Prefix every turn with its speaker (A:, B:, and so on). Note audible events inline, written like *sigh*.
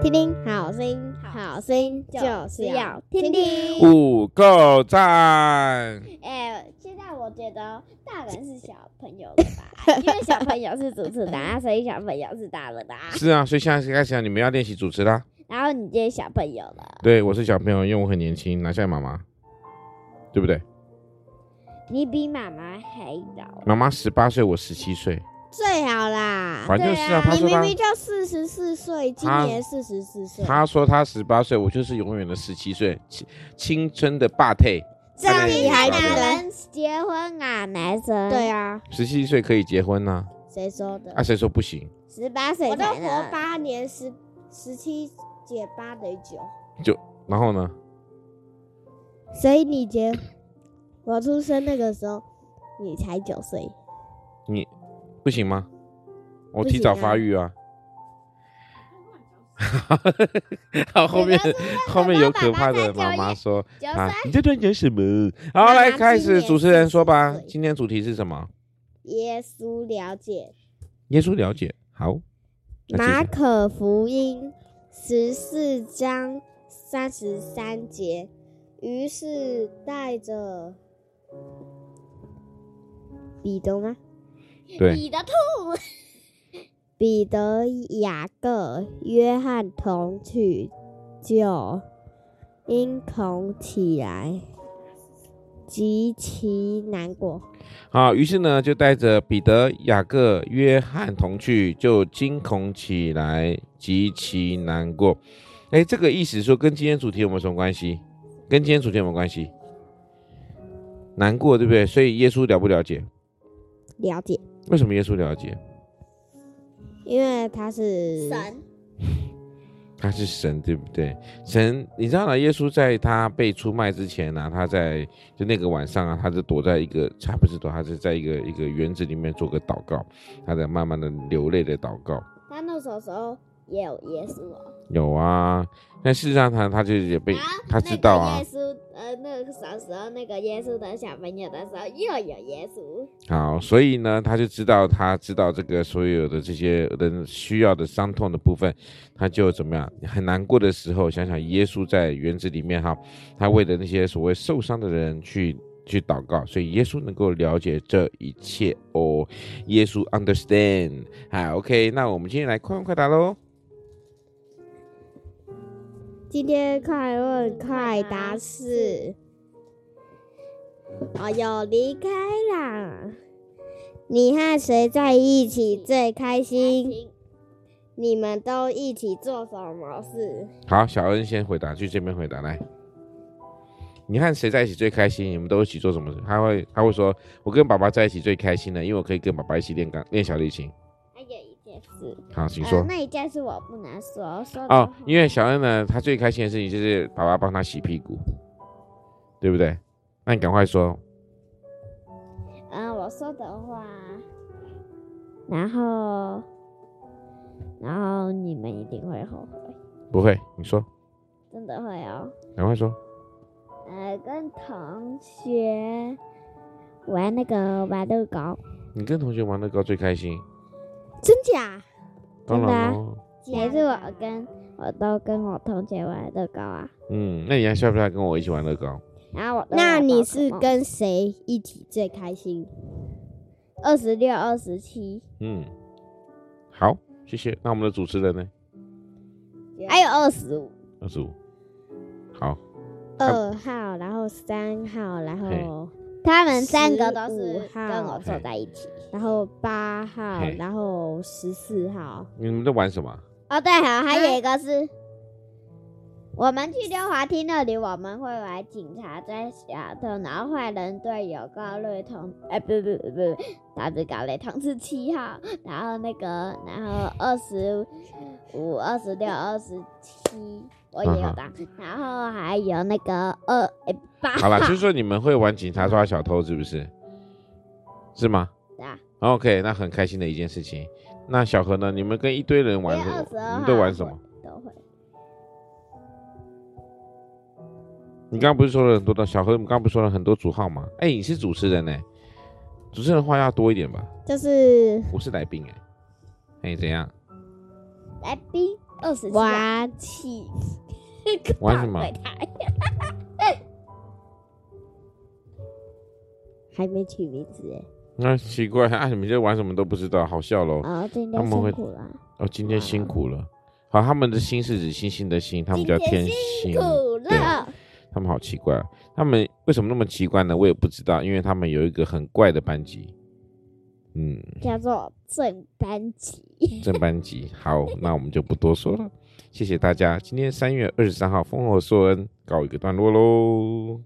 A: 听听好声音，好声音就是要听听。
B: 五够赞，
A: 哎、现在我觉得大人是小朋友了
B: *laughs*
A: 吧？因为小朋友是主持人啊，所以小朋友是大人的啊。
B: 是啊，所以现在开始啊你们要练习主持啦。
A: 然后你就是小朋友了，
B: 对，我是小朋友，因为我很年轻，拿下妈妈，对不对？
A: 你比妈妈还老，
B: 妈妈十八岁，我十七岁，
C: 最好啦。
B: 反正就是啊，
A: 对啊
B: 她
C: 你
B: 说
C: 明
B: 她
C: 明就四十四岁，今
B: 他
C: 年四十四岁，
B: 她说她十八岁，我就是永远的十七岁，青青春的霸哎退。
C: 这样
B: 对
C: 你还
B: 对
C: 不
B: 对
A: 哪
C: 能？
A: 能结婚啊，男生？
C: 对，啊，
B: 十七岁可以结婚呐、
A: 谁说的
B: 啊，？谁说不行？
A: 十八岁
C: 我都
A: 才
C: 活
A: 能。
C: 八年，十十七减八等于九，
B: 然后呢？
C: 所以你结我出生那个时候，你才九岁。
B: 不行吗？我
C: 不
B: 提早
C: 行啊
B: 发育啊。好，后面
A: 你不要说
B: *laughs* 后面有可
A: 爸爸
B: 怕
A: 才
B: 的妈
A: 九
B: 妈
A: 一
B: 说
A: 九
B: 啊
A: 岁，
B: 你在乱讲什么？
C: 妈
B: 好，来
C: 妈
B: 开
C: 今
B: 始，
C: 年
B: 主持人说吧
C: 40岁，
B: 今天主题是什么？
C: 耶稣了解
B: 耶稣了解，好，那继
C: 马
B: 续
C: 可福音十四章三十三节，于是带着彼得吗？
B: 对，
A: 你的兔
C: 彼得、雅各、约翰同去，就因恐起来，极其难过。
B: 好，啊于是呢，就带着彼得、雅各、约翰同去，就惊恐起来，极其难过。哎，这个意思说跟今天主题有没有什么关系？跟今天主题有没有关系？难过，对不对？所以耶稣了不了解？
C: 了解，
B: 为什么耶稣了解？
C: 因为他是
A: 神，
B: 他是神，对不对？神，你知道吗？耶稣在他被出卖之前呢、他在就那个晚上啊，他就躲在一个，他不是躲，他是在一个一个园子里面做个祷告，他在慢慢的流泪的祷告。
A: 他那时候时候也有耶稣哦。
B: 有啊，但事实上他他就是也被
A: 然后
B: 他知道啊
A: 那个耶。稣，呃，那个小时候那个耶稣的小朋友的时候，又有耶稣，
B: 好，所以呢，他就知道他知道这个所有的这些人需要的伤痛的部分，他就怎么样很难过的时候，想想耶稣在园子里面哈，他为了那些所谓受伤的人去。去祷告，所以耶稣能够了解这一切哦。耶稣 understand，好，OK，那我们今天来快问快答喽。
C: 今天快问快答是，哦，有离开啦。你和谁在一起最开心？你们都一起做什么事？
B: 好，小恩先回答，去这边回答来。你和谁在一起最开心？你们都一起做什么事？他会他会说，我跟爸爸在一起最开心的，因为我可以跟爸爸一起练钢练小提琴。
A: 还有一件事，
B: 好，请
A: 呃
B: 嗯说。
A: 那一件事我不能说，说的
B: 哦
A: 话，
B: 因为小恩呢，他最开心的事情就是爸爸帮他洗屁股，对不对？那你赶快说，
A: 嗯，我说的话，然后，然后你们一定会后悔，
B: 不会，你说，
A: 真的会哦。
B: 赶快说。
A: 呃，跟同学玩那个玩乐高，
B: 你跟同学玩乐高最开心，
C: 真假？
B: 当
A: 真的
B: 然
A: 啊
B: 喽。
A: 每次我跟我都跟我同学玩乐高啊，
B: 嗯，那你还需不需要跟我一起玩乐高？
A: 然后我都
C: 那
A: 玩宝
C: 你
A: 可
C: 是
A: 梦
C: 跟谁一起最开心？
A: 二十六、二十七，
B: 嗯，好，谢谢。那我们的主持人呢？
C: 还有二十五
B: 二十五。好，
C: 二号，然后三号，然后
A: 他们三个都
C: 15
A: 是
C: 号
A: 跟我坐在一起。
C: 然后八号
B: 嘿，
C: 然后十四号。
B: 你们在玩
A: *laughs*
B: 什么？
A: 哦，对，好，还有一个是，我们去溜滑梯那里，我们会玩警察抓小偷，然后坏人队友高瑞同，哎，不不不不，他是高瑞同是七号，然后那个，然后二十五、二十六、二十七，我也有打，然后还有那个二哎八
B: 好了，
A: 号
B: 就是说你们会玩警察抓小偷，是不是？是吗
A: 啊，
B: ？OK，那很开心的一件事情。那小何呢？你们跟一堆人玩
A: 因
B: 什
A: 为
B: 么？
A: 22号
B: 你们都玩什么？
A: 都会。
B: 你刚刚不是说了很多的小何？你刚刚不是说了很多组号吗？哎、你是主持人呢、主持人话要多一点吧。
C: 就是
B: 我是来宾哎、哎、怎样？
A: 来宾二十七啊
C: 玩
A: 气，
B: 玩什么
A: 鬼胎
C: *laughs* 还没取名字哎。
B: 那、奇怪 *laughs* 啊，你们这玩什么都不知道，好笑喽！
A: 哦，今
B: 他
A: 天
B: 们会
A: 辛苦了，
B: 哦，今天辛苦了。好，他们的心是指星星的星，他们叫
A: 今天
B: 天星。
A: 苦了，
B: 他们好奇怪、啊，他们为什么那么奇怪呢？我也不知道，因为他们有一个很怪的班级。嗯，
A: 叫做正班级。
B: 正班级。好，那我们就不多说了，谢谢大家。今天三月二十三号，烽火硕恩告一个段落喽。